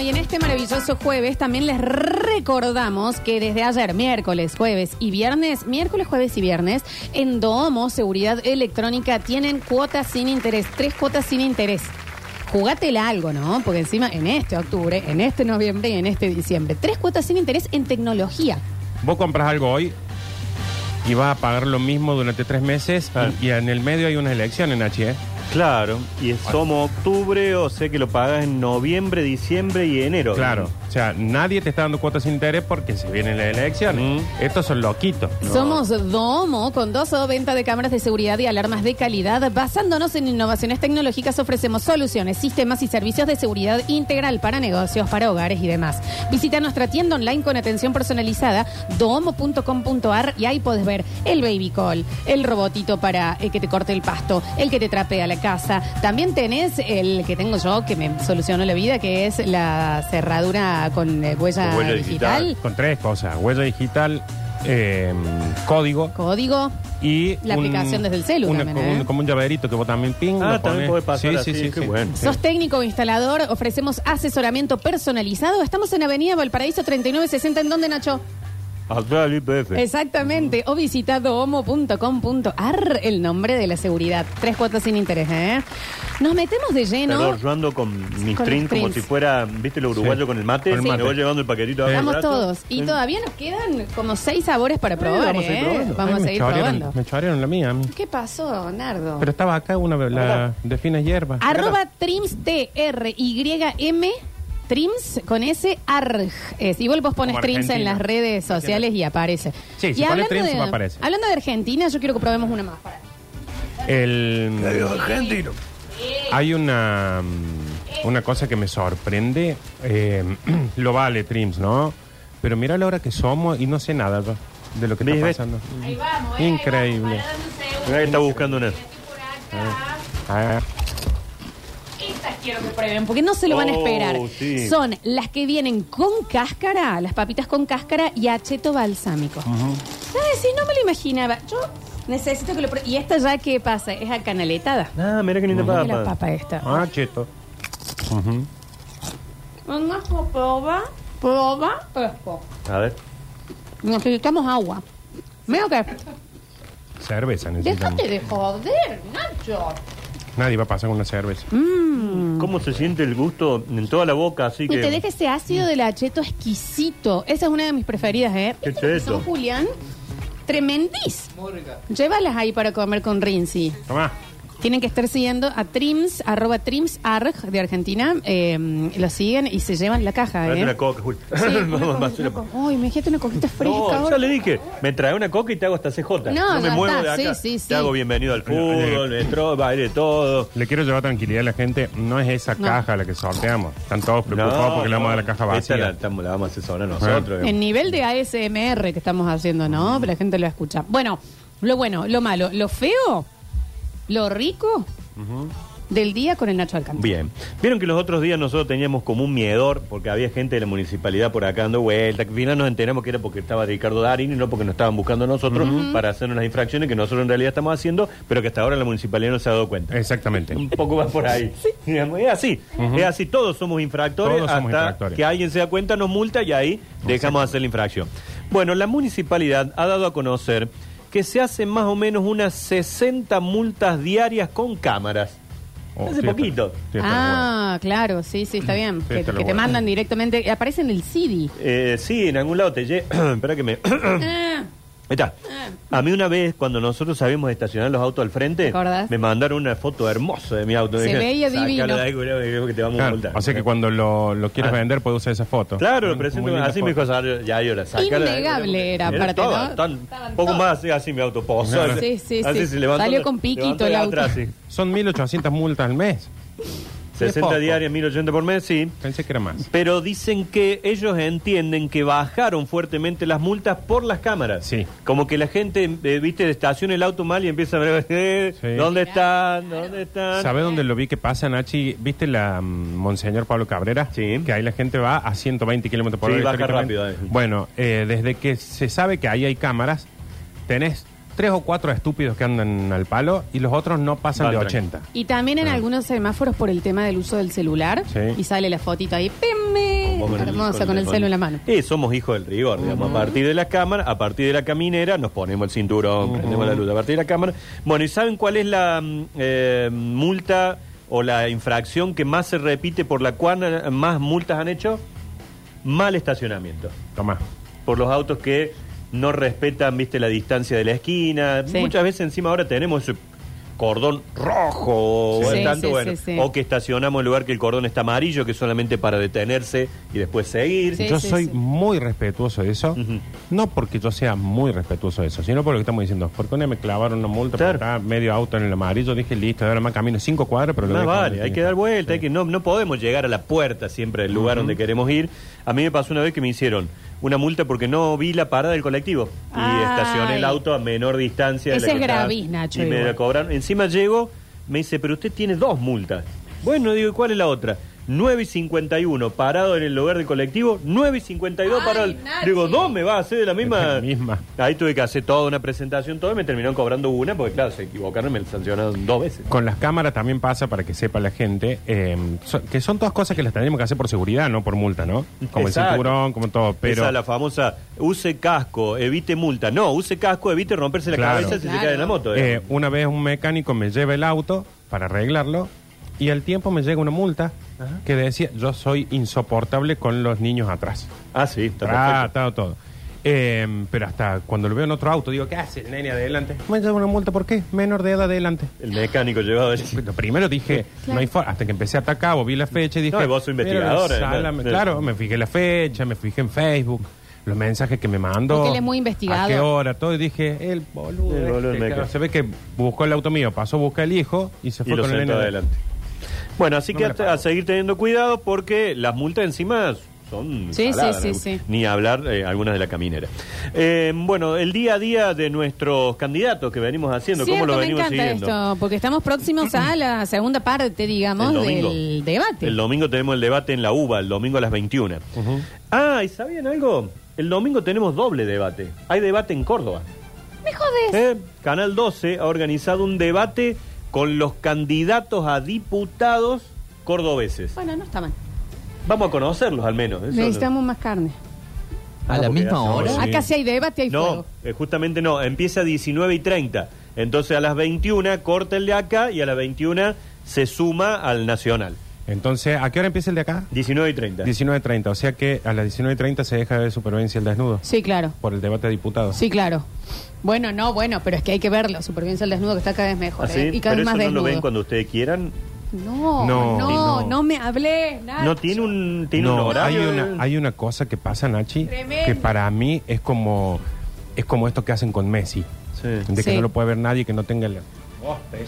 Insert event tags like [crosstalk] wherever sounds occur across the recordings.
y en este maravilloso jueves también les recordamos que desde ayer, miércoles, jueves y viernes, miércoles, jueves y viernes, en Domo Seguridad Electrónica tienen cuotas sin interés, tres cuotas sin interés. Jugátela algo, ¿no? Porque encima en este octubre, en este noviembre y en este diciembre, tres cuotas sin interés en tecnología. Vos compras algo hoy y vas a pagar lo mismo durante tres meses Ah. y, y en el medio hay unas elecciones, Nachi, ¿eh? Claro, y es- somos octubre, o sea que lo pagas en noviembre, diciembre y enero. Claro. O sea, nadie te está dando cuotas sin interés porque se vienen las elecciones. Mm. Estos son loquitos. No. Somos Domo con dos o venta de cámaras de seguridad y alarmas de calidad. Basándonos en innovaciones tecnológicas, ofrecemos soluciones, sistemas y servicios de seguridad integral para negocios, para hogares y demás. Visita nuestra tienda online con atención personalizada, domo.com.ar, y ahí podés ver el baby call, el robotito para eh, que te corte el pasto, el que te trapea la casa. También tenés el que tengo yo, que me solucionó la vida, que es la cerradura con eh, huella, Huella digital. digital. Con tres cosas. Huella digital, eh, código Código. y... La aplicación desde el celu una- también, con ¿eh? un- Como un llaverito que vos también ping. Ah, lo pones. también puede pasar Sí, así, sí, sí, qué sí. bueno. Sos técnico o instalador, ofrecemos asesoramiento personalizado. Estamos en Avenida Valparaíso 3960, ¿en dónde, Nacho? Atrás del IPF. Exactamente. O visita domo.com.ar, el nombre de la seguridad. Tres cuotas sin interés, ¿eh? Nos metemos de lleno. Perdón, yo ando con mis Con trin los como trins. si fuera, ¿viste lo uruguayo Sí. con el mate? Con el Me mate. voy llevando el paquetito abajo Estamos del brazo. todos. Y Sí. todavía nos quedan como seis sabores para Eh, probar, vamos a ir ¿eh? probando. Vamos Ay, a me seguir chorearon- probando. Me chorearon la mía. a mí. ¿Qué pasó, Nardo? Pero estaba acá una la, Hola. de finas hierbas. Arroba trims, T-R-Y-M, trims con S, arg. Es, igual vos pones Como trims en Argentina. las redes sociales y aparece. Sí, y si pones hablando trims, de, me aparece. Hablando de Argentina, yo quiero que probemos una más. Pará. El, hay una, mm, una cosa que me sorprende. eh, [clears throat] lo vale, Trims, ¿no? Pero mira la hora que somos y no sé nada yo, de lo que está ¿Ves? pasando. Ahí vamos, eh, Increíble. ahí vamos, Mirá que está buscando una. Ah, Estas quiero que prueben, porque no se lo van a Oh, esperar. sí. Son las que vienen con cáscara, las papitas con cáscara y acheto balsámico. ¿Sabes? Sí, no me lo imaginaba. Yo necesito que lo prueben. Y esta ya, ¿qué pasa? Es acanaletada. Ah, mira que linda Mira la papa. papa esta. ah, cheto. Ujú. Una proba, proba, esto. A ver. Necesitamos agua. Meo que. Cerveza necesitamos. Déjate de joder, Nacho. Nadie va a pasar con una cerveza. Mm. ¿Cómo se siente el gusto en toda la boca? Así Y que. te deja ese este ácido del acheto exquisito. Esa es una de mis preferidas, ¿eh? ¿Qué Estas que cheto? Son Julián, tremendís. Llévalas ahí para comer con Rinzi. Tomá. Tienen que estar siguiendo a trims, arroba trimsarg de Argentina. Eh, lo siguen y se llevan la caja, Traete ¿eh? una coca, Juli. Sí, una [laughs] Vamos a coca- hacer la- una coca. Ay, me dijiste una coquita fresca. No, ahora. ya le dije, me trae una coca y te hago hasta CJ. No, me ya muevo está, de acá. sí, sí, sí. Te hago bienvenido al fútbol, Eh. dentro, baile todo. Le quiero llevar tranquilidad a la gente. No es esa No. caja la que sorteamos. Están todos preocupados porque le vamos a dar la caja Esta la, vacía. estamos- la vamos a hacer sonar nosotros. El nivel de ASMR que estamos haciendo, ¿no? Mm. La gente lo escucha. Bueno, lo bueno, lo malo, lo feo, lo rico del día con el Nacho Alcántara. Bien. Vieron que los otros días nosotros teníamos como un miedor porque había gente de la municipalidad por acá dando vuelta. Que al final nos enteramos que era porque estaba Ricardo Darín y no porque nos estaban buscando a nosotros para hacer unas infracciones que nosotros en realidad estamos haciendo, pero que hasta ahora la municipalidad no se ha dado cuenta. Exactamente. [laughs] Un poco va por ahí. Digamos, es así. Es así. Todos somos infractores Todos hasta somos infractores. que alguien se da cuenta, nos multa y ahí dejamos hacer la infracción. Bueno, la municipalidad ha dado a conocer que se hacen más o menos unas 60 multas diarias con cámaras. Oh, Hace estoy hasta- poquito. estoy hasta los huevos. Ah, claro, sí, sí, está Mm, bien. que está que lo te bueno. mandan directamente, aparece en el CD. Eh, sí, en algún lado te llega. [clears throat] Espera que me. Ahí Ah, está. A mí una vez, cuando nosotros sabíamos estacionar los autos al ¿Te frente, acordás? me mandaron una foto hermosa de mi auto. Se Dije, veía "Sácalo divino". de ahí, culiao, que creo que te vamos a Claro, multar. o sea que cuando lo, lo quieras Ah. vender puedes usar esa foto. Claro, lo Muy- presento muy linda así me foto. dijo Sara, ya yo la saca. Innegable era, aparte, todo, ¿no? tan- Estaban poco todos. más así, así mi auto posó. Claro. Sí, sí, así sí. se levantó Salió la- con piquito levantó el la auto. atrás, sí. Son 1800 multas al mes. poco. 60 diarias, 1080 por mes, sí. Pensé que era más. Pero dicen que ellos entienden que bajaron fuertemente las multas por las cámaras. Sí. Como que la gente, eh, viste, estaciona el auto mal y empieza a ver, [laughs] eh, Sí. ¿dónde están? ¿Dónde están? ¿Sabes dónde lo vi que pasa, Nachi? ¿Viste la mm, Monseñor Pablo Cabrera? Sí. Que ahí la gente va a 120 kilómetros por Sí, hora. baja históricamente. rápido, eh. Bueno, eh, desde que se sabe que ahí hay cámaras, tenés tres o cuatro estúpidos que andan al palo y los otros no pasan Van de tranqui. 80. Y también Ah. en algunos semáforos por el tema del uso del celular. Sí. Y sale la fotito ahí, ¡peme! Vos Hermosa, con el celu en la mano. Mm. Eh, somos hijos del rigor, digamos. A partir de la cámara, a partir de la caminera, nos ponemos el Mm. cinturón, prendemos la luz. A partir de la cámara. Bueno, ¿y saben cuál es la mm, eh, multa o la infracción que más se repite por la cual eh, más multas han hecho? Mal estacionamiento. Tomás. Por los autos que no respetan, viste, la distancia de la esquina. Sí. Muchas veces encima ahora tenemos ese cordón rojo o, Sí, el tanto, sí, bueno, sí, sí. o que estacionamos en el lugar que el cordón está amarillo, que es solamente para detenerse y después seguir. Sí, yo sí, soy sí. muy respetuoso de eso. Ujú. No porque yo sea muy respetuoso de eso, sino por lo que estamos diciendo. Porque una vez me clavaron una multa Claro. por acá, medio auto en el amarillo. Dije, listo, ahora más camino cinco cuadras, pero lo Más voy a dejar vale, donde hay tiene que dar estar. vuelta, Sí. hay que no, no podemos llegar a la puerta siempre del lugar donde queremos ir. A mí me pasó una vez que me hicieron una multa porque no vi la parada del colectivo y Ay. estacioné el auto a menor distancia. de la Ese que es estaba. gravis, Nacho, Y me igual. la cobraron. Encima llego, me dice, pero usted tiene dos multas. Bueno, digo, ¿y cuál es la otra? 9 y 51 parado en el lugar del colectivo, 9 y 52 Ay, parado. el- Nachi. Digo, ¿dónde me va a hacer de la misma? la misma. Ahí tuve que hacer toda una presentación, todo y me terminaron cobrando una porque, claro, se equivocaron y me sancionaron dos veces. Con las cámaras también pasa, para que sepa la gente, eh, so- que son todas cosas que las tenemos que hacer por seguridad, no por multa, ¿no? Como Exacto. el cinturón, como todo, pero... Esa la famosa, use casco, evite multa. No, use casco, evite romperse la Claro. cabeza si Claro. se cae en la moto. Eh, eh. una vez un mecánico me lleva el auto para arreglarlo y al tiempo me llega una multa que decía yo soy insoportable con los niños atrás. ah, sí, está Ah, perfecto. todo, todo. Eh, pero hasta cuando lo veo en otro auto digo, ¿qué hace el nene adelante? Me lleva una multa, ¿por qué? Menor de edad adelante. El mecánico llevado allí. Lo primero dije, no hay for- hasta que empecé a atacar, o vi la fecha y dije, No, y vos sos "Mira, investigador, la eh, sala no, me-". no. Claro, me fijé la fecha, me fijé en Facebook, los mensajes que me mandó. Porque él es muy ¿A investigador. qué hora? Todo y dije, el boludo. El boludo este, me claro, queda. se ve que buscó el auto mío, pasó a buscar el hijo y se Y fue lo con el nene. sentó adelante. Bueno, así No que me la a, pago. a seguir teniendo cuidado porque las multas encima son... Sí, saladas, sí, ¿no? sí, sí. Ni hablar eh, algunas de la caminera. Eh, bueno, el día a día de nuestros candidatos que venimos haciendo, Cierto, ¿cómo lo me venimos encanta siguiendo? esto, porque estamos próximos a la segunda parte, digamos, El domingo. del debate. El domingo tenemos el debate en la UBA, el domingo a las 21. Ah, ¿y sabían algo? El domingo tenemos doble debate. Hay debate en Córdoba. Me jodes. ¿eh? Canal 12 ha organizado un debate con los candidatos a diputados cordobeses. Bueno, no está mal. Vamos a conocerlos al menos. Eso- Necesitamos más carne. Ah, ¿A la porque misma hace- hora? Sí. Acá si hay debate, hay No, fuego. eh, justamente no. Empieza a 19 y 30. Entonces a las 21 corta el de acá y a las 21 se suma al nacional. Entonces, ¿a qué hora empieza el de acá? 19 y 30. 19.30, o sea que a las 19.30 se deja de ver supervivencia el desnudo Sí, claro. por el debate de diputados. Sí, claro. Bueno, no, bueno, pero es que hay que verlo. Supervivencia al desnudo que está cada vez mejor. Así, ¿eh? Y cada Ah, pero vez más eso no desnudo. lo ven cuando ustedes quieran. No, no, No, no, no. me hablé. Nacho. No tiene un, tiene un no, hay horario. una, hay una cosa que pasa, Nachi, Tremendo. que para mí es como es como esto que hacen con Messi, Sí. de que Sí. no lo puede ver nadie, que no tenga el...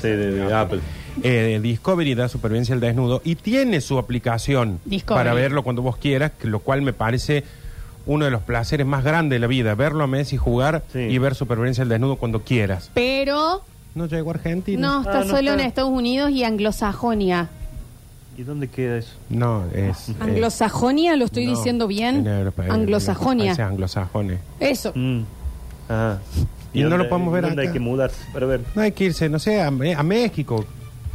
Sí, de, de Apple. Eh, Discovery da supervivencia al desnudo y tiene su aplicación Discovery. para verlo cuando vos quieras, que- lo cual me parece uno de los placeres más grandes de la vida, verlo a Messi jugar Sí. y ver supervivencia al desnudo cuando quieras. Pero No llegó a Argentina. no, está Ah, no solo está. en Estados Unidos y Anglosajonia. ¿Y dónde queda eso? No, es... eh, Anglosajonia, lo estoy no, diciendo bien. en Europa, en los países Anglosajonia. anglosajones. Eso. Mm. Ah. Y no dónde- lo podemos ver dónde acá. hay que mudarse para ver. No hay que irse, no sé, a, a México.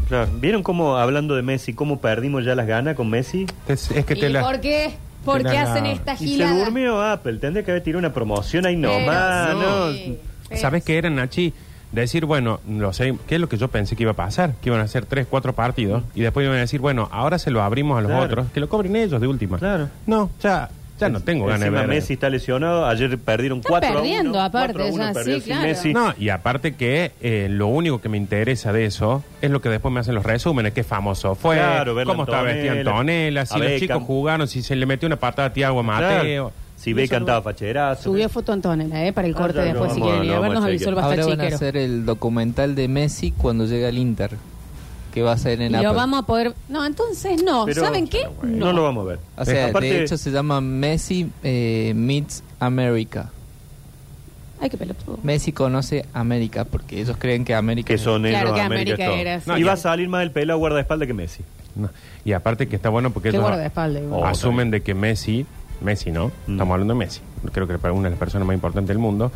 Claro. ¿Vieron cómo, hablando de Messi, cómo perdimos ya las ganas con Messi? Es, es que ¿Y te la... por qué? ¿Por te la- qué hacen esta Y se gilada? durmió Apple. Tendría que haber tirado una promoción ahí Pero nomás. No. sí, pero ¿Sabes qué era, Nachi? Decir, bueno, lo sé, ¿qué es lo que yo pensé que iba a pasar? Que iban a hacer tres, cuatro partidos y después iban a decir, bueno, ahora se lo abrimos a los Claro. otros, que lo cobren ellos de última. Claro. No, ya, ya no tengo ganas de Encima ver. Messi está lesionado. Ayer perdieron Están 4 a 1. perdiendo, aparte, 4 a 1 ya, perdió sí, sin claro. Messi. No, y aparte que eh, lo único que me interesa de eso es lo que después me hacen los resúmenes, qué famoso fue, Claro, verla cómo estaba vestida Antonella, Antonella, si a los Beckham. chicos jugaron, si se le metió una patada a Tiago a Claro. Mateo. Si ve cantaba facherazo. Subió foto Antonella, ¿eh? Para el corte Ah, ya, después, no, si vamos, quieren ir a no, ver, nos vamos a avisó el chequear. Ahora basta van a chiquero. hacer el documental de Messi cuando llega al Inter, que va a ser Y en lo Apple. vamos a poder... No, entonces no. Pero- ¿Saben qué? Pero bueno, No. lo vamos a ver. O sea, Aparte- de hecho se llama Messi eh, Meets America. Ay, qué pelotudo. Messi conoce América porque ellos creen que América que es- son Claro ellos que América, América es todo. era, sí. No, y va a salir más el pelo a guardaespaldas que Messi. No. Y aparte que está bueno porque Qué ellos guardaespaldas, igual. Oh, asumen de que Messi, Messi no, Mm. estamos hablando de Messi, creo que para una de las personas más importantes del mundo,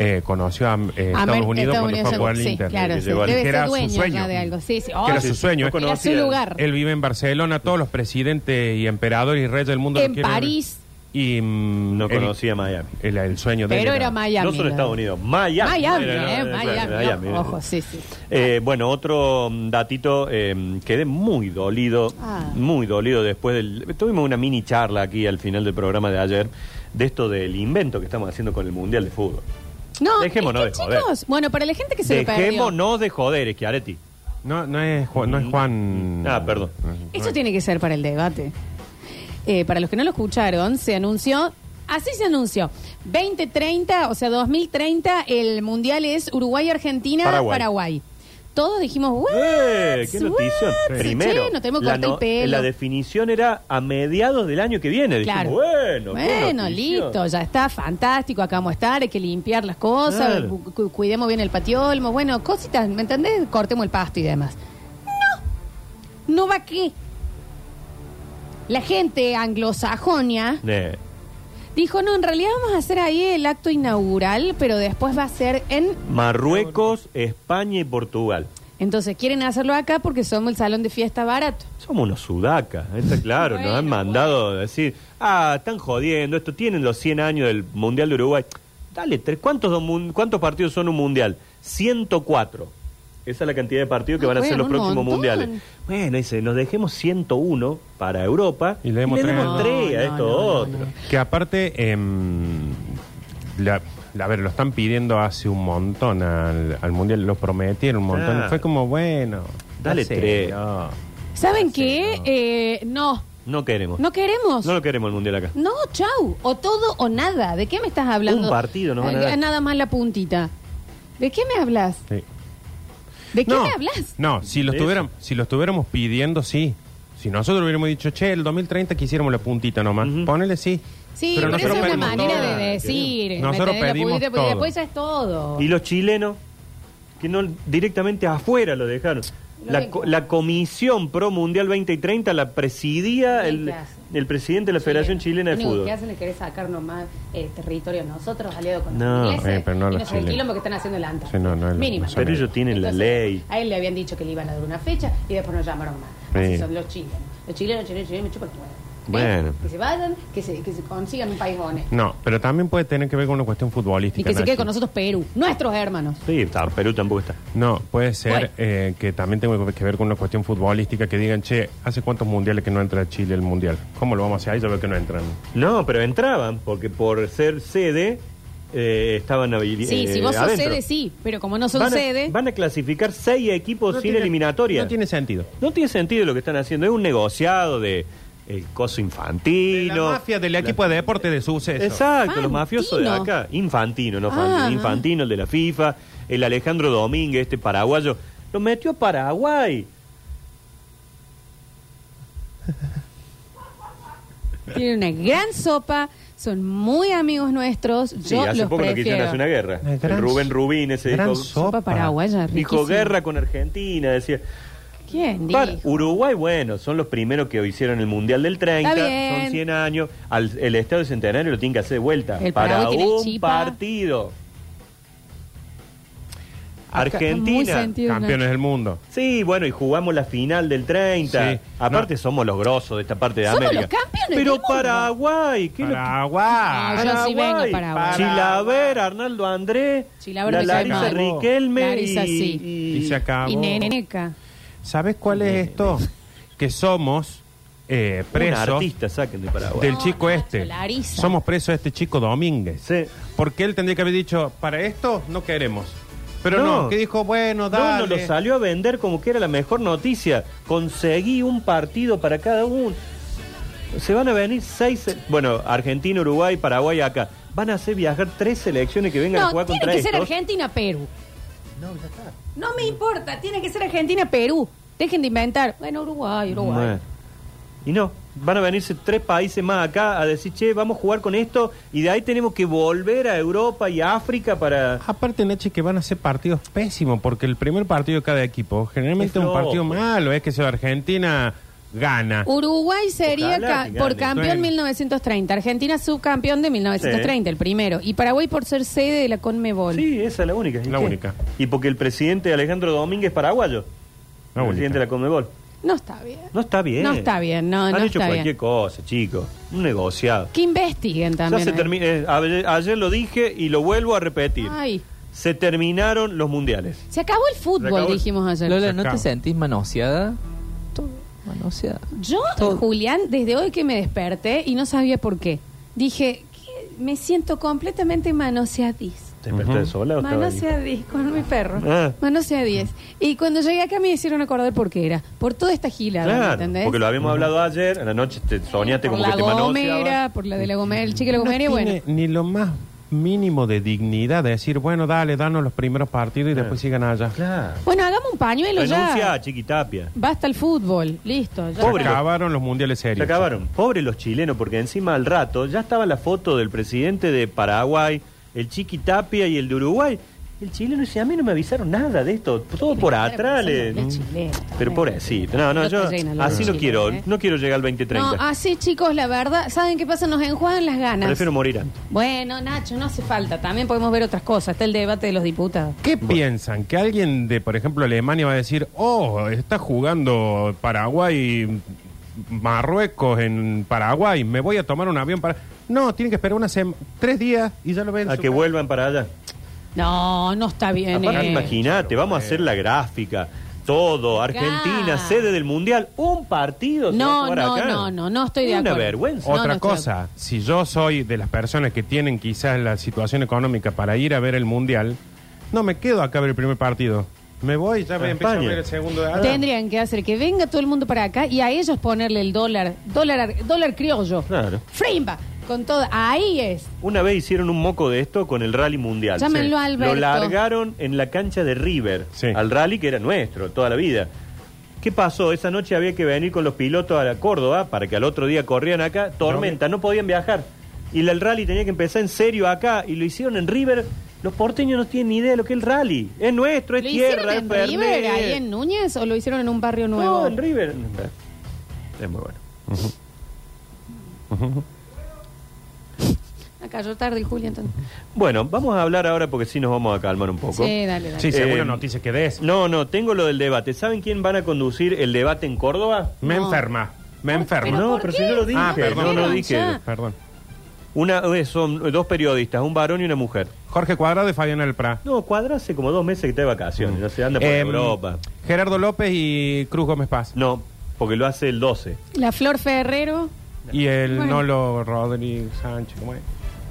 eh, conoció a eh, Estados Mer- Unidos Estados cuando Unidos fue a jugar al llegó. Sí, Inter. claro, que sí. llegó al- Debe que era ser dueño su sueño. ya de algo. Sí, sí. que Oh, era su sí. sueño. no Era su Conocía. lugar. Él vive en Barcelona, todos los presidentes y emperadores y reyes del mundo. lo En quieren. París. Y mm, No él- conocía Miami. El, el sueño de él Pero era Miami. no solo ¿no? Estados Unidos, Miami. Miami, Era, eh, era, era, Miami. era, ojo, Miami. Ojo, sí, sí. Eh, bueno, otro mm, datito, eh, quedé muy dolido, Ah. muy dolido después del... Tuvimos una mini charla aquí al final del programa de ayer de esto del invento que estamos haciendo con el Mundial de Fútbol. No, Dejémonos es que, de joder. chicos, bueno, para la gente que se lo perdió. Dejémonos de joder, Schiaretti. No, no es Juan. No es Juan Ah, perdón. Eso tiene que ser para el debate. Eh, para los que no lo escucharon, se anunció, así se anunció, 2030, o sea, 2030, el mundial es Uruguay-Argentina, Paraguay. Paraguay. Todos dijimos, ¡What! ¡Eh! ¡Qué notición! what? Primero, Che, no tenemos que la, cortar no- el pelo. la definición era a mediados del año que viene. Dijimos, Claro. bueno, qué Bueno, notición. listo, ya está, fantástico, acá vamos a estar, hay que limpiar las cosas, Claro. cu- cu- cuidemos bien el patiolmo, bueno, cositas, ¿me entendés? Cortemos el pasto y demás. No, no va aquí. La gente anglosajonia Eh, dijo, no, en realidad vamos a hacer ahí el acto inaugural, pero después va a ser en... Marruecos, España y Portugal. Entonces quieren hacerlo acá porque somos el salón de fiesta barato. Somos unos sudacas, está claro, nos han Bueno, mandado a decir, ah, están jodiendo, esto tienen los 100 años del Mundial de Uruguay. Dale, tres, ¿cuántos, do- mun- ¿cuántos partidos son un Mundial? 104. Esa es la cantidad de partidos que Ah, van a ser bueno, los un próximos montón. mundiales. Bueno, dice, nos dejemos 101 para Europa Y le demos tres No, a- tres a no, estos no, no, otros. no. Que aparte, em, la- la- a ver, lo están pidiendo hace un montón al, al Mundial, lo prometieron un montón. Claro. Fue como, bueno, Ah. Dale no sé, tres. no. Ah, ¿Saben qué? Eh, no, No queremos. no queremos. No lo queremos el Mundial acá. No, chau. O todo o nada. ¿De qué me estás hablando? Un partido nos van a Eh, dar. Nada más la puntita. ¿De qué me hablas? Sí. ¿De qué no, me hablas? No, si lo, De estuvieran- si lo estuviéramos pidiendo, sí. Si nosotros hubiéramos dicho, che, el 2030 quisiéramos la puntita nomás, Ujú. ponele sí. Sí, pero, Pero nosotros esa es una pedimos manera todo. de decir. ¿me Nosotros entendés? La pedimos puntita, porque todo. Después ya es todo. Y los chilenos, que no directamente afuera lo dejaron. No La, ven- co- la Comisión Pro Mundial 2030 la presidía ¿Qué el, hacen? el presidente de la Federación Chilena de Lo único Fútbol. que hacen es querer sacar nomás eh, territorio a nosotros, aliado con No, los ingleses. eh, pero no y los no sé el chilenos. quilombo que están haciendo el ANTA. Sí, no, no es lo- Mínima. no son Pero ellos tienen la Entonces, ley. A él le habían dicho que le iban a dar una fecha y después nos llamaron más. Así Sí. son los chilenos. Los chilenos, chilenos, chilenos, me chupan todo. Bueno. Que se vayan, que se, que se consigan un país honesto. No, pero también puede tener que ver con una cuestión Y futbolística. que se quede Nachi. con nosotros Perú, nuestros hermanos. Sí, está, Perú tampoco está. No, puede ser Bueno. eh, que también tenga que ver con una cuestión futbolística que digan, che, ¿hace cuántos mundiales que no entra Chile el mundial? ¿Cómo lo vamos a hacer? Ahí ya veo que no entran. No, pero entraban, porque por ser sede eh, estaban habili- Sí, eh, si vos sos adentro. sede, sí, pero como no son van a, sede, Van a clasificar seis equipos No sin tiene- eliminatoria. No tiene sentido. No tiene sentido lo que están haciendo. Es un negociado de el coso Y la infantino. mafia del equipo de deporte de suceso. Exacto, los Fantino. mafiosos de acá. Infantino, no Ah. Fantino. Infantino, el de la FIFA. El Alejandro Domínguez, este paraguayo. Lo metió a Paraguay. tienen una gran sopa, son muy amigos nuestros. Yo Sí, hace los poco lo prefiero. quisieron hacer una guerra. Una gran El Rubén Rubín, ese gran dijo. so- sopa paraguaya, Dijo riquísima. guerra con Argentina, decía. ¿Quién Par- dijo? Uruguay, bueno, son los primeros que hicieron el Mundial del 30, Está bien. son 100 años. Al- el Estadio Centenario lo tiene que hacer de vuelta El para Paraguay tiene el un chipa. partido. Muy Argentina. sentido. Campeones del mundo. Sí, bueno, y jugamos la final del 30. Sí, Aparte somos los grosos de esta parte de Somos América. los campeones Pero del mundo. Paraguay, ¿qué lo- Ah, Paraguay. yo sí vengo Paraguay. Chilaver, Arnaldo Andrés, Chilaver la me cae Larisa mal. Riquelme Larisa, y, sí. y- Y se acabó. Y Neneca. ¿Sabes cuál es esto? Que somos eh, un presos artista saquen de Paraguay. del No, chico Nacho, este. Larisa. Somos presos de este chico Domínguez. Sí. Porque él tendría que haber dicho, para esto no queremos. Pero No. no, que dijo, bueno, No, dale. no, lo salió a vender como que era la mejor noticia. Conseguí un partido para cada uno. Se van a venir seis. Bueno, Argentina, Uruguay, Paraguay, acá. Van a hacer viajar tres selecciones que vengan a No, jugar tiene contra que ser estos. Argentina-Perú. No, me importa, tiene que ser Argentina-Perú. Dejen de inventar. Bueno, Uruguay, Uruguay. Bueno. Y no, van a venirse tres países más acá a decir, che, vamos a jugar con esto. Y de ahí tenemos que volver a Europa y a África para. Aparte, Nachi, que van a ser partidos pésimos, porque el primer partido de cada equipo, generalmente Es un partido flojo. malo, es que sea Argentina gana. Uruguay sería Ojalá ca- que gane. por campeón Bueno. 1930, Argentina subcampeón de 1930, el primero, y Paraguay por ser sede de la Conmebol. Sí, esa es la única. ¿y La qué? única. Y porque el presidente Alejandro Domínguez es paraguayo. La única. el presidente de la Conmebol. No está bien. No está bien. No está bien, no, Han no hecho está cualquier bien. cosa, chicos. Un negociado. Que investiguen Ya también. se ahí. termina. eh, ayer, ayer lo dije y lo vuelvo a repetir. Ay, Se terminaron los mundiales. se acabó el fútbol, Se acabó. dijimos ayer. Lola, ¿no Sacado. te sentís manoseada? Todo, manoseada. Yo, Todo. Julián, desde hoy que me desperté y no sabía por qué, dije, "¿Qué? me siento completamente manoseadís. ¿Te despertaste Ujú. sola o estaba ahí? Manoseadís con mi perro. Ah. Manoseadís. Y cuando llegué acá me hicieron acordar por qué era. Por toda esta gilada, ¿me Claro, ¿entendés? porque lo habíamos hablado ayer, en la noche te soñaste por como que la te gomera, manoseabas. por la de la gomera, el chico de la No gomera, y bueno. tiene ni lo más mínimo de dignidad de decir, bueno, dale, danos los primeros partidos y después sigan allá. Eh. Claro. Bueno, hagamos un pañuelo Renuncia ya. a Chiquitapia. Basta el fútbol, listo. ya Pobre Se está. acabaron los mundiales serios. Se acabaron. Pobres los chilenos, porque encima al rato ya estaba la foto del presidente de Paraguay, el Chiqui Tapia y el de Uruguay. El chileno dice, a mí no me avisaron nada de esto, todo por atrás. le- Es chileno. Pero por así. No, no, No te yo llena la así no mochila, quiero, ¿eh? no quiero llegar al No, 2030. así chicos, la verdad, ¿saben qué pasa? Nos enjuagan las ganas. Prefiero morir antes. Bueno, Nacho, no hace falta. También podemos ver otras cosas. Está el debate de los diputados. ¿Qué piensan? ¿Que alguien de, por ejemplo, Alemania va a decir, oh, está jugando Paraguay, Marruecos en Paraguay, me voy a tomar un avión para... No, tienen que esperar una sema- tres días y ya lo ven. A su- que vuelvan para allá. No, no está bien. Aparte, eh. imagínate, vamos a hacer la gráfica. Todo, Argentina, Claro. sede del Mundial, un partido. se va a No, jugar no, acá. no, no, no estoy de Una acuerdo. vergüenza. No, Otra no, cosa, si yo soy de las personas que tienen quizás la situación económica para ir a ver el mundial, no me quedo acá a ver el primer partido. Me voy y ya A empiezo a España. ver el segundo de Tendrían que hacer que venga todo el mundo para acá y a ellos ponerle el dólar, dólar, ar- dólar criollo. Claro. Frimba, con todo. Ahí es. Una vez hicieron un moco de esto con el rally mundial. Llámenlo a Alberto. Lo largaron en la cancha de River, Sí. al rally que era nuestro toda la vida. ¿Qué pasó? Esa noche había que venir con los pilotos a la Córdoba para que al otro día corrían acá. Tormenta, no podían viajar. Y la- el rally tenía que empezar en serio acá. Y lo hicieron en River. Los porteños no tienen ni idea de lo que es el rally. Es nuestro, ¿Lo es tierra, hicieron en es Fernet. River, ahí en Núñez, o lo hicieron en un barrio nuevo? No, en River. Es muy bueno. Acá yo tarde, el Julio, entonces. Bueno, vamos a hablar ahora porque sí nos vamos a calmar un poco. Sí, dale, dale. Sí, según Eh, la noticia que des. No, no, tengo lo del debate. ¿Saben quién van a conducir el debate en Córdoba? Me No. enferma, me enferma. no, por pero qué? si no lo dije, Ah, no perdón, lo dijeron dije. ya. Perdón. Una, eh, son dos periodistas, un varón y una mujer. Jorge Cuadrado y Fabián Elpra. No, Cuadra hace como dos meses que está de vacaciones, no se anda por Eh, Em, Europa. Gerardo López y Cruz Gómez Paz. No, porque lo hace el 12. La Flor Ferrero. Y el Bueno. Nolo Rodríguez Sánchez. ¿cómo es?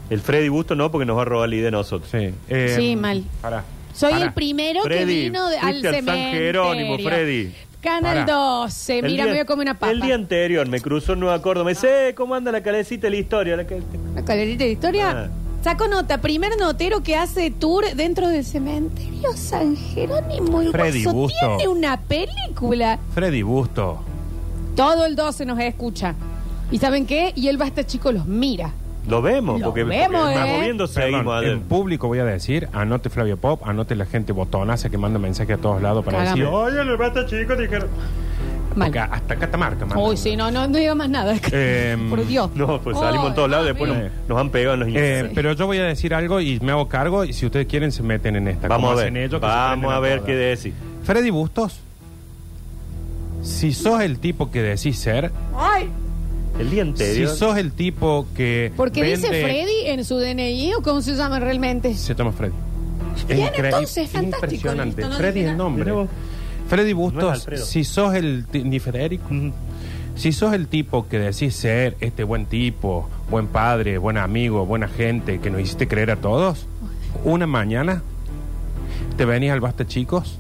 El Freddy Busto no, porque nos va a robar la idea de nosotros. Sí. eh, Sí, mal. pará, Soy pará. el primero que Freddy, vino de- al fuiste al San cementerio. Jerónimo, Freddy. Canal Pará. 12. El Eh, Mira, día- me voy a comer una papa. El día anterior me cruzó en Nueva Córdoba. Me dice, "Eh, ¿cómo anda la calecita de la historia? La cal- Una calerita de historia. Ah. Saco nota. Primer notero que hace tour dentro del cementerio San Jerónimo. El Freddy guaso Busto. tiene una película. Freddy Busto. Todo el 12 nos escucha. ¿Y saben qué? Y él basta, chicos, los mira. Lo vemos, Lo porque, vemos, porque eh. más moviendo seguimos. Perdón, adelante. en público voy a decir, anote Flavio Pop, anote la gente botonaza que manda mensaje a todos lados para Cagame. decir, "Oh", Oye, el basta chico dijeron. Mal. porque hasta Catamarca manda. Uy, sí, no, no, no diga más nada. [laughs] Em, Por Dios. No, pues salimos en todos lados, después Sí. nos, nos han pegado en los Eh, incendios. Pero yo voy a decir algo y me hago cargo y si ustedes quieren se meten en esta. Vamos como a ver, hacen ellos, que se prenden vamos a ver todas. qué decís. Freddy Bustos, si sos el tipo que decís ser, Ay. El día si anterior. sos el tipo que. Porque dice vende- Freddy en su DNI o cómo se llama realmente. Se llama Freddy. Bien, Increíble, entonces, fantástico, Impresionante. listo, no Freddy dije es el nada. nombre. Mira vos. Freddy No es Bustos, Alfredo. si sos el. ti- Ni Federico. Si sos el tipo que decís ser este buen tipo, buen padre, buen amigo, buena gente, que nos hiciste creer a todos, una mañana te venís al Basta Chicos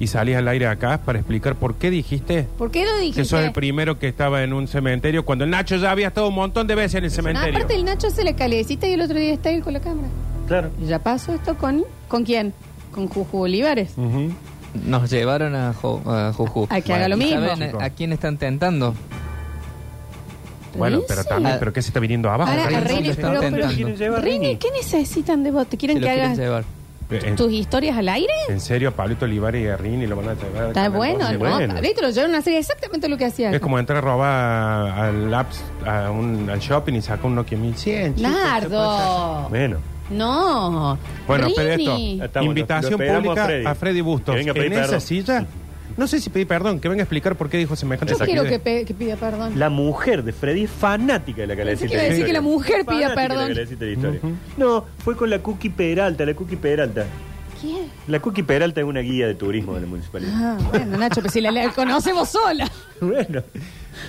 y salís al aire acá para explicar por qué dijiste ¿Por qué lo dijiste? que sos el primero que estaba en un cementerio cuando el Nacho ya había estado un montón de veces en el No, cementerio. Ah, aparte el Nacho hace la calecita y el otro día está ahí con la cámara. Claro. Y ya pasó esto con... ¿Con quién? Con Juju Olivares. Ujú. Nos llevaron a, Jo- a Juju. A que haga lo ¿Y mismo. saben a- ¿A quién están tentando? Bueno, ¿Dice? pero también, pero ¿qué se está viniendo abajo? Ahora, Rini a Rini, se está pero, pero- tentando. ¿Quieren llevar Rini, Rini? ¿qué necesitan de vos? ¿Te Se quieren lo que quieren hagas...? llevar. Eh, en, ¿Tus historias al aire? en serio, a Pablito Olivares y a Rini lo van a traer. Está bueno, ¿no? bueno. Pablito, lo llevaron a hacer exactamente lo que hacía. Es como entrar a robar al, apps, a un, al shopping y sacar un Nokia 1100. chicos, ¿qué pasa? Nardo. Bueno. No. Bueno, pero Rini. esto, Estamos, invitación lo esperamos pública a a Freddy. Freddy, Bustos. Que venga a en pedir perdón. esa silla, no sé si pedí perdón, que venga a explicar por qué dijo semejante Yo quiero que, estupidez. pe- que pida perdón. La mujer de Freddy es fanática de la Pensé calecita. que iba a decir de que la historia. mujer pida Fanática de la perdón. Calecita de historia. No, fue con la Cookie Peralta, la Cookie Peralta. ¿Quién? La Cookie Peralta es una guía de turismo de la municipalidad. Ah, bueno, Nacho, pero si la, la conocemos sola. Bueno,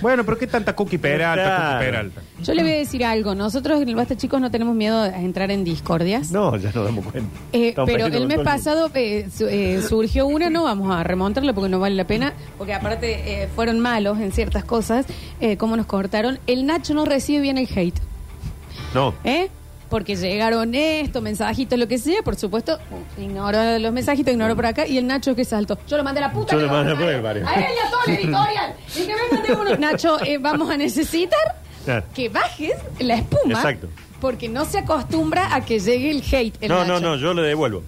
Bueno, pero qué tanta cookie peralta, Claro. cookie peralta. Yo le voy a decir algo. Nosotros en el Basta Chicos no tenemos miedo a entrar en discordias. no, ya nos damos cuenta. Eh, Estamos pero perdiendo el con mes todo mundo. pasado eh, su- eh, surgió una, no vamos a remontarla porque no vale la pena, porque aparte eh, fueron malos en ciertas cosas, eh, cómo nos cortaron. El Nacho no recibe bien el hate, No, ¿eh? Porque llegaron esto, mensajitos, lo que sea, por supuesto, ignoró los mensajitos, ignoró por acá, y el Nacho que saltó. Yo lo mandé a la puta. Yo que lo mandé a la puta, A él y a [laughs] todo el editorial. Y que vengan de uno. Nacho, eh, vamos a necesitar Claro. que bajes la espuma. Exacto. Porque no se acostumbra a que llegue el hate. El no, Nacho. no, no, yo lo devuelvo.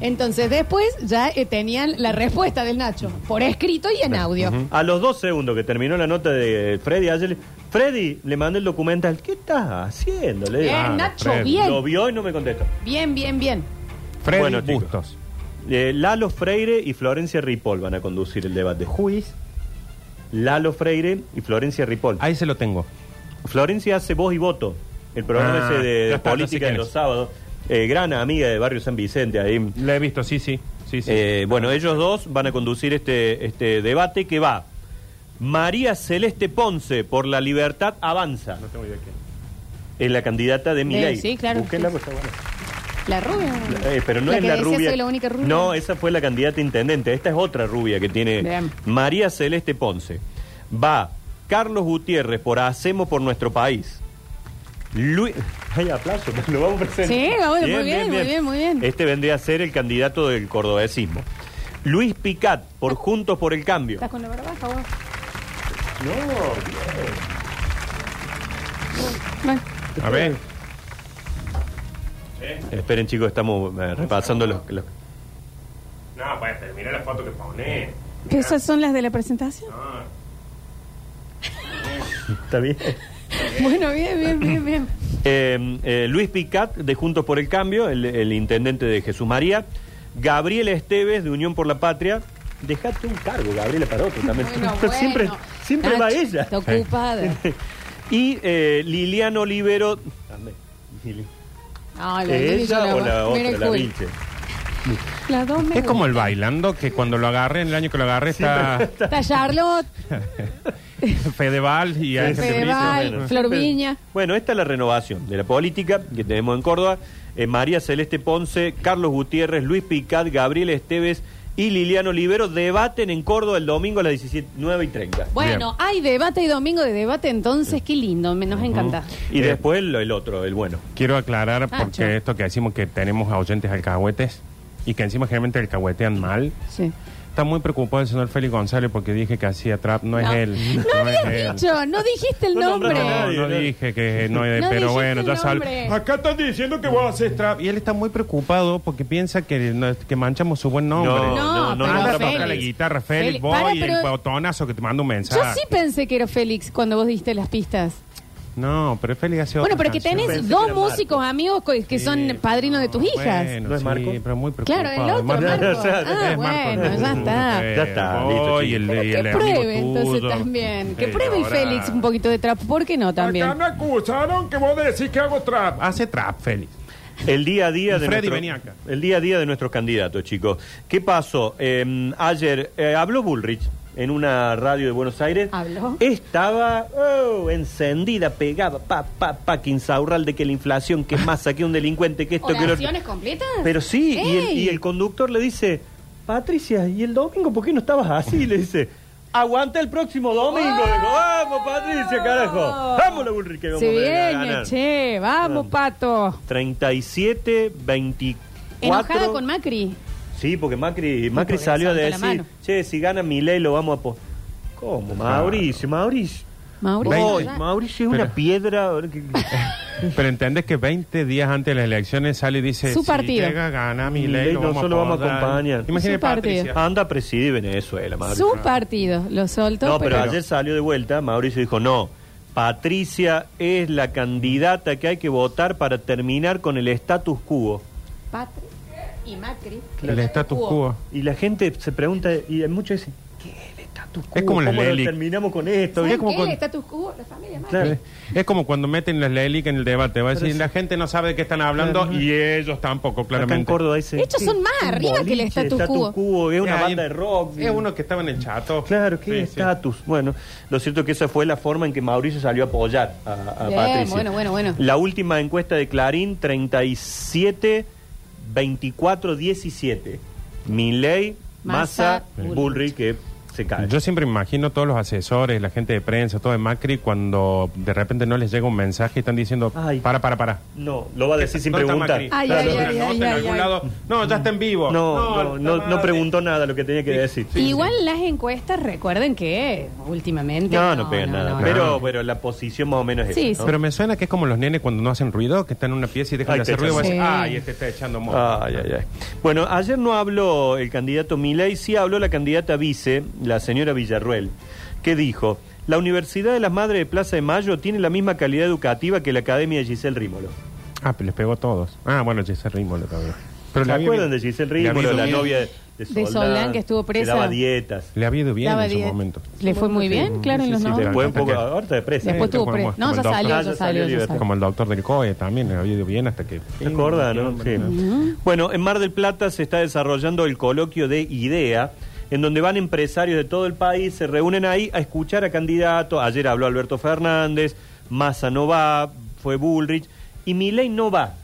Entonces después ya eh, tenían la respuesta del Nacho, por escrito y en audio. A los dos segundos que terminó la nota de Freddy ayer, Freddy le mandé el documental. ¿Qué estás haciendo? Le digo. Bien, Ah, Nacho, Freddy. bien. Lo vio y no me contestó. Bien, bien, bien. Freddy Bueno, chicos. Bustos. Eh, Lalo Freire y Florencia Ripoll van a conducir el debate. Juiz. Lalo Freire y Florencia Ripoll. Ahí se lo tengo. Florencia hace voz y voto. El programa Ah, ese de ya está, ya sé política quién de es. los sábados. Eh, gran amiga de Barrio San Vicente ahí. La he visto, sí, sí. sí, sí. Eh, bueno, ellos dos van a conducir este, este debate que va. María Celeste Ponce por la libertad avanza. no tengo idea quién. Es la candidata de Milei. sí, claro. Búsquenla, Sí. pues, está buena. La rubia. Eh, pero no La es que la decía, rubia. "Soy la única rubia". No, esa fue la candidata intendente. Esta es otra rubia que tiene Bien. María Celeste Ponce. Va Carlos Gutiérrez por Hacemos por nuestro país. Luis. Hay aplauso, [laughs] lo vamos a presentar. Sí, vamos, muy bien, muy bien, muy bien. Este vendría a ser el candidato del cordobesismo. Luis Picat por Ah. Juntos por el Cambio. ¿Estás con la barba baja vos? No, Bueno, A ver. Esperen, chicos, estamos eh, repasando los. los- No, pues, pero mira la foto que pone. ¿que esas son las de la presentación? Está bien. [laughs] Bueno, bien, bien, bien, bien. Eh, eh, Luis Picat, de Juntos por el Cambio, el, el intendente de Jesús María. Gabriel Esteves, de Unión por la Patria. Dejate un cargo, Gabriela, para otro también. Bueno, [laughs] Siempre, bueno. siempre va Nacho, ella. Está ocupada. Y eh, Liliana Olivero. También. Lili- No, Ah, la ¿Ella Lili o Lloraba. la otra, Mira, la cool. Vinche? Las dos me Es como el bailando que cuando lo agarré, en el año que lo agarré, está gustan. Está Charlotte, Fedeval y Ángel Fedeval. Brito. Fedeval, Flor Viña. Bueno, esta es la renovación de la política que tenemos en Córdoba. Eh, María Celeste Ponce, Carlos Gutiérrez, Luis Picat, Gabriel Esteves y Liliano Olivero debaten en Córdoba el domingo a las 19 y 30. Bueno, hay debate y domingo de debate, entonces qué lindo, me nos encanta. Y Eh, después lo- el otro, el bueno. Quiero aclarar Nacho. porque esto que decimos que tenemos a oyentes alcahuetes y que encima generalmente alcahuetean mal. Sí. Está muy preocupado el señor Félix González porque dije que hacía trap. No, No. es [laughs] él. No es habías dicho, no dijiste el No nombre. nombraste a No, nadie, no ¿no? dije que no es, No dijiste pero bueno, el ya nombre. sale. Acá están diciendo que vos haces trap. Y él está muy preocupado porque piensa que, no- que manchamos su buen nombre. No, No, no, no, pero Anda a Félix. tocar la guitarra, Félix, Félix, voy para, y pero- el botonazo que te mando un mensaje. Yo sí pensé que era Félix cuando vos diste las pistas. No, pero Félix hace Bueno, otra pero que canción. tenés Pensé que dos era Marco. músicos amigos co- que son padrinos de tus hijas. Bueno, ¿No es sí, Marco? pero muy preocupado. Claro, el otro, Marco- Marco. Ya, ya, Ah, [laughs] es Marco, bueno, ya no, está. eh, Ya está, voy, listo, y el, chicos. y Que el amigo pruebe entonces tuyo. también. Que Sí, pruebe el ahora. Félix un poquito de trap. ¿Por qué no también? Acá me acusaron que vos decís que hago trap. Hace trap, Félix. El día a día de Freddy, nuestro- vení acá. el día a día de nuestros candidatos, chicos. ¿Qué pasó? Eh, ayer eh, habló Bullrich en una radio de Buenos Aires. Habló. Estaba oh, encendida, pegaba, pa, pa, pa, que insaurralde, que la inflación, que masa, que un delincuente, que esto, que lo otro. ¿Oraciones completas? Pero sí, y el, Ey. y el conductor le dice, Patricia, ¿y el domingo por qué no estabas así? Y le dice, aguanta el próximo domingo. ¡Oh! Dijo, vamos, Patricia, carajo. Vámonos, Bullrich, que vamos Se a viene, ganar". che. Vamos, Vamos. pato. 37, 24. Enojada con Macri. Sí, porque Macri, Macri porque salió a levantó la decir, mano. che, si gana mi ley lo vamos a... po-". ¿Cómo? Mauricio, Mauricio. Mauricio. Voy, ¿verdad? Mauricio es una [laughs] Pero- piedra. Pero entendés que 20 días antes de las elecciones sale y dice: Su si partido. llega, gana mi Milei, ley. nosotros lo vamos a acompañar. Imagínate, Su partido. Ah, Patricia. Anda, preside Venezuela, madre. Su partido lo soltó. No, pero pero- ayer salió de vuelta, Mauricio dijo, no, Patricia es la candidata que hay que votar para terminar con el status quo. Patri y Macri. que El lo status tuvo. quo. Y la gente se pregunta, y hay muchos dicen, ¿qué es el status quo? Es como la ¿Cómo lo Lely. terminamos con esto? ¿Saben Es como qué? con- El status quo, la familia Macri. Claro. Es como cuando meten las LELIC en el debate. Va a decir, la gente no sabe de qué están hablando Claro. y ellos tampoco, Acá en claramente. Córdoba dice, De hecho, son ¿qué? más Un arriba que el boliche, status quo. Es una Ahí- banda de rock. Es uno que estaba en el chato. Claro, qué Sí, sí. estatus. Bueno, lo cierto es que esa fue la forma en que Mauricio salió a apoyar a, a Bien, Patricia. bueno, bueno, bueno. La última encuesta de Clarín, 37, 24, 17. Miley, Massa, Massa, Bullrich. Bullrich, que se cae. Yo siempre me imagino todos los asesores, la gente de prensa, todo de Macri, cuando de repente no les llega un mensaje y están diciendo, Ay. para, para, para. no, lo va a decir sin ¿Dónde está preguntar. Macri? Ay, Claro, ay, una ay, nota ay, en ay, algún ay. lado. No, ya está en vivo. No, no, no, está no mal. preguntó nada lo que tenía que Sí, decir. sí, Igual las encuestas, recuerden que últimamente. No, no pega nada. no, pero, no. pero la posición más o menos es Sí, esa, ¿no? Pero me suena que es como los nenes cuando no hacen ruido, que están en una pieza y dejan Ay, de te Ah. hacer ruido. echan. y vas a decir, Sí. Ay, este está echando moco. Ay, ay, ay. Bueno, ayer no habló el candidato Milei, sí habló la candidata vice, la señora Villarruel, que dijo, la Universidad de las Madres de Plaza de Mayo tiene la misma calidad educativa que la Academia de Giselle Rímolo. Ah, pero les pegó a todos. Ah, bueno, Giselle Rímolo también. Pero ¿Se le había acuerdan ido- de Giselle le había Rímolo, ido la bien. novia de, De Soldán, que estuvo presa. daba dietas. Le había ido bien Daba en su diez. momento. Le fue muy bien, claro, en los sí, noventa. Después un poco, Hasta que- ahora está de presa. Después Sí, tuvo como- preso. como No, el ya doctor. salió, Ah, ya salió, ya salió ya libertad. salió. Como el doctor del COE también, le había ido bien hasta que... ¿Se acuerda, no? Sí. Bueno, en Mar del Plata se está desarrollando el coloquio de IDEA, en donde van empresarios de todo el país, se reúnen ahí a escuchar a candidatos. Ayer habló Alberto Fernández, Massa no va, fue Bullrich, y Milei no va.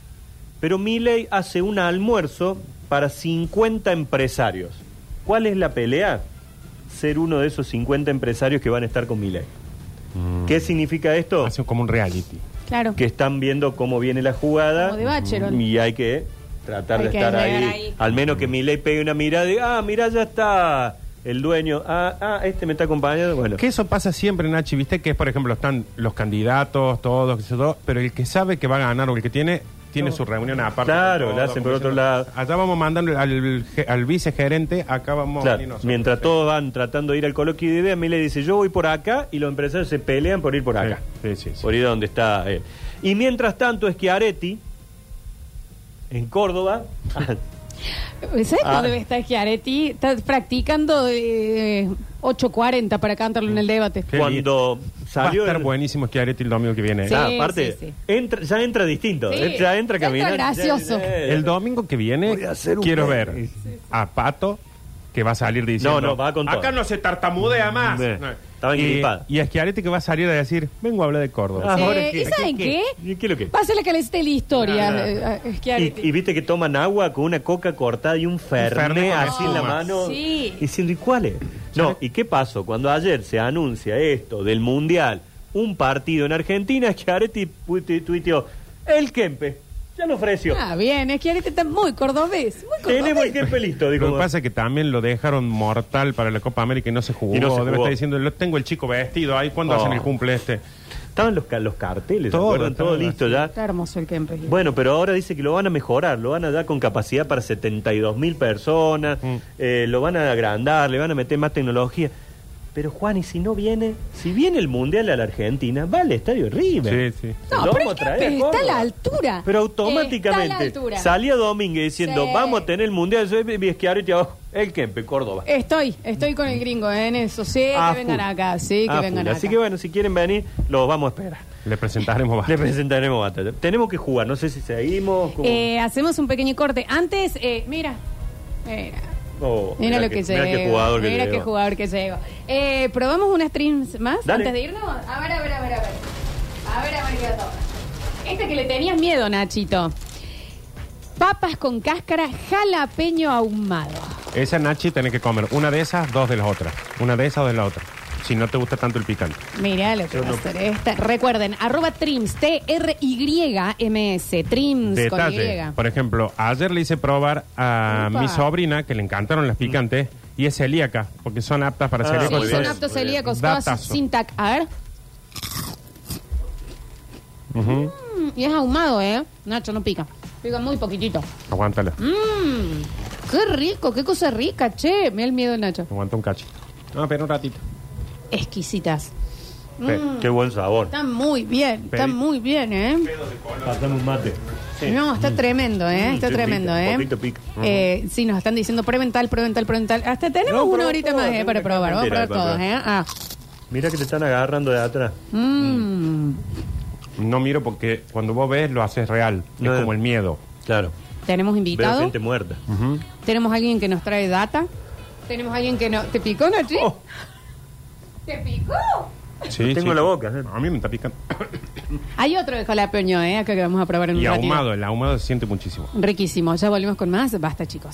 Pero Milei hace un almuerzo para 50 empresarios. ¿Cuál es la pelea? Ser uno de esos 50 empresarios que van a estar con Milei. ¿Qué significa esto? Hace como un reality. Claro. que están viendo cómo viene la jugada. Como de Bachelor. Y hay que tratar Hay de que estar ahí. llegar ahí. Al menos que Milei pegue una mirada y ah, mirá, ya está el dueño. Ah, ah, este me está acompañando. Bueno, Que eso pasa siempre, Nachi, viste que, por ejemplo, están los candidatos, todos, qué sé yo, pero el que sabe que va a ganar o el que tiene, tiene su reunión aparte. Claro, Todo, la hacen por como otro diciendo, lado. Allá vamos mandando al, ge- al vicegerente, acá vamos... claro, y nosotros, mientras sí. todos van tratando de ir al coloquio de ideas, Milei dice yo voy por acá y los empresarios se pelean por ir por acá. Sí, sí, sí. Por ir a donde está él. Y mientras tanto, Schiaretti, en Córdoba, ¿Sabes Ah. dónde está Schiaretti? Está practicando eh, 8.40 para cantarlo en el debate. [laughs] Qué [laughs] cuando Va a salió. estar el- buenísimo Schiaretti el domingo que viene. ¿eh? Sí. Ah, aparte, sí, sí. Entra, ya entra distinto. Sí, entra- ya entra ya entra caminando. gracioso. El domingo que viene Voy a hacer un quiero meme. ver a Pato que va a salir diciendo No, no, va con todo. acá no se tartamudea más. Sí. No. Estaba y, engripado. y a Schiaretti que va a salir a decir, vengo a hablar de Córdoba. Ah, ahora Eh, qué- ¿Y saben qué? qué- qué- qué lo que- Va a ser la que les dé la historia. No, no, no. eh, eh, Y, Schiaretti. y viste que toman agua con una coca cortada y un fernet, fernet con así en la espuma. mano. Sí. Diciendo, ¿y cuál es? No, ¿y qué pasó? Cuando ayer se anuncia esto del Mundial, un partido en Argentina, [laughs] Schiaretti puite- tuiteó, el Kempe, ya lo ofreció. Ah, bien, Schiaretti está muy cordobés. Muy Tenemos cordobés. el Kempe listo, dijo. Lo que pasa es que también lo dejaron mortal para la Copa América y no se jugó. Y no se Debe jugó. estar diciendo, lo tengo el chico vestido ahí, ¿cuándo Oh. hacen el cumple este? Estaban los, ca- los carteles, ¿se Todo, acuerdan? todo todo listo ya. Está hermoso el Kempe. Bueno, pero ahora dice que lo van a mejorar, lo van a dar con capacidad para 72 mil personas, Mm. eh, lo van a agrandar, le van a meter más tecnología. Pero Juan, y si no viene, si viene el Mundial a la Argentina, va al Estadio River. Sí, sí. No, Lo pero vamos el a traer Kempe está a Córdoba. la altura. Pero Está a la automáticamente altura. salía Domínguez diciendo, Sí. vamos a tener el Mundial, yo vi y abajo, el Kempe, Córdoba. Estoy, estoy con el gringo eh, en eso. Sí, A Eh, que vengan Ah, full. acá. Sí, que A vengan full. acá. Así que bueno, si quieren venir, los vamos a esperar. Le presentaremos Le bastante. presentaremos batalla. Tenemos que jugar, no sé si seguimos. cómo- Eh, hacemos un pequeño corte. Antes, eh, mira, mira, Oh, mira lo que, llegó. Mira qué jugador que mira qué llegó. jugador que llegó. Eh, ¿Probamos unas streams más Dale. antes de irnos? A ver, a ver, a ver, a ver. A ver, a ver qué va a tocar. Esta que le tenías miedo, Nachito. Papas con cáscara jalapeño ahumado. Esa Nachi tiene que comer una de esas, dos de las otras. Una de esas, dos de la otra. Si no te gusta tanto el picante. Mirá lo que va a hacer esta. Recuerden, arroba trims, T-R-Y-M-S, trims con Detalle. Y. Por ejemplo, ayer le hice probar a Upa. mi sobrina, que le encantaron las picantes, y es celíaca, porque son aptas para Ah, Sí, muy celíacos. son bien, aptos muy bien. celíacos, todas Datazo. sin tac. A ver. Mm, y es ahumado, ¿eh? Nacho, no pica. Pica muy poquitito. Aguántala. Mmm, qué rico, qué cosa rica, che. Me da el miedo, Nacho. Aguanta un cacho. No, espera un ratito. Exquisitas. Pe- Qué Mm. buen sabor. Están muy bien, están Pedi- muy bien, ¿eh? Pasame un mate. No, está tremendo, ¿eh? Está Mm. Sí, tremendo, pica, ¿eh? poquito pica. Eh, sí, nos están diciendo prevental, prevental, prevental. Hasta tenemos No, una pero horita todo, más, ¿eh? tengo Para una probar. Vamos a probar cantidad todos, para ¿eh? Ah. Mira que te están agarrando de atrás. Mmm. No miro porque cuando vos ves lo haces real. No. Es como el miedo. Claro. Tenemos Veo invitado. gente muerta. Tenemos alguien que nos trae data. Tenemos alguien que no. ¿Te picó, Nachi? Oh. ¿Te picó? Sí, tengo sí. la boca, eh. A mí me está picando. Hay otro de jalapeño, ¿eh? Acá que vamos a probar en un Y ratito. ahumado, el ahumado se siente muchísimo. Riquísimo. Ya volvemos con más. Basta, chicos.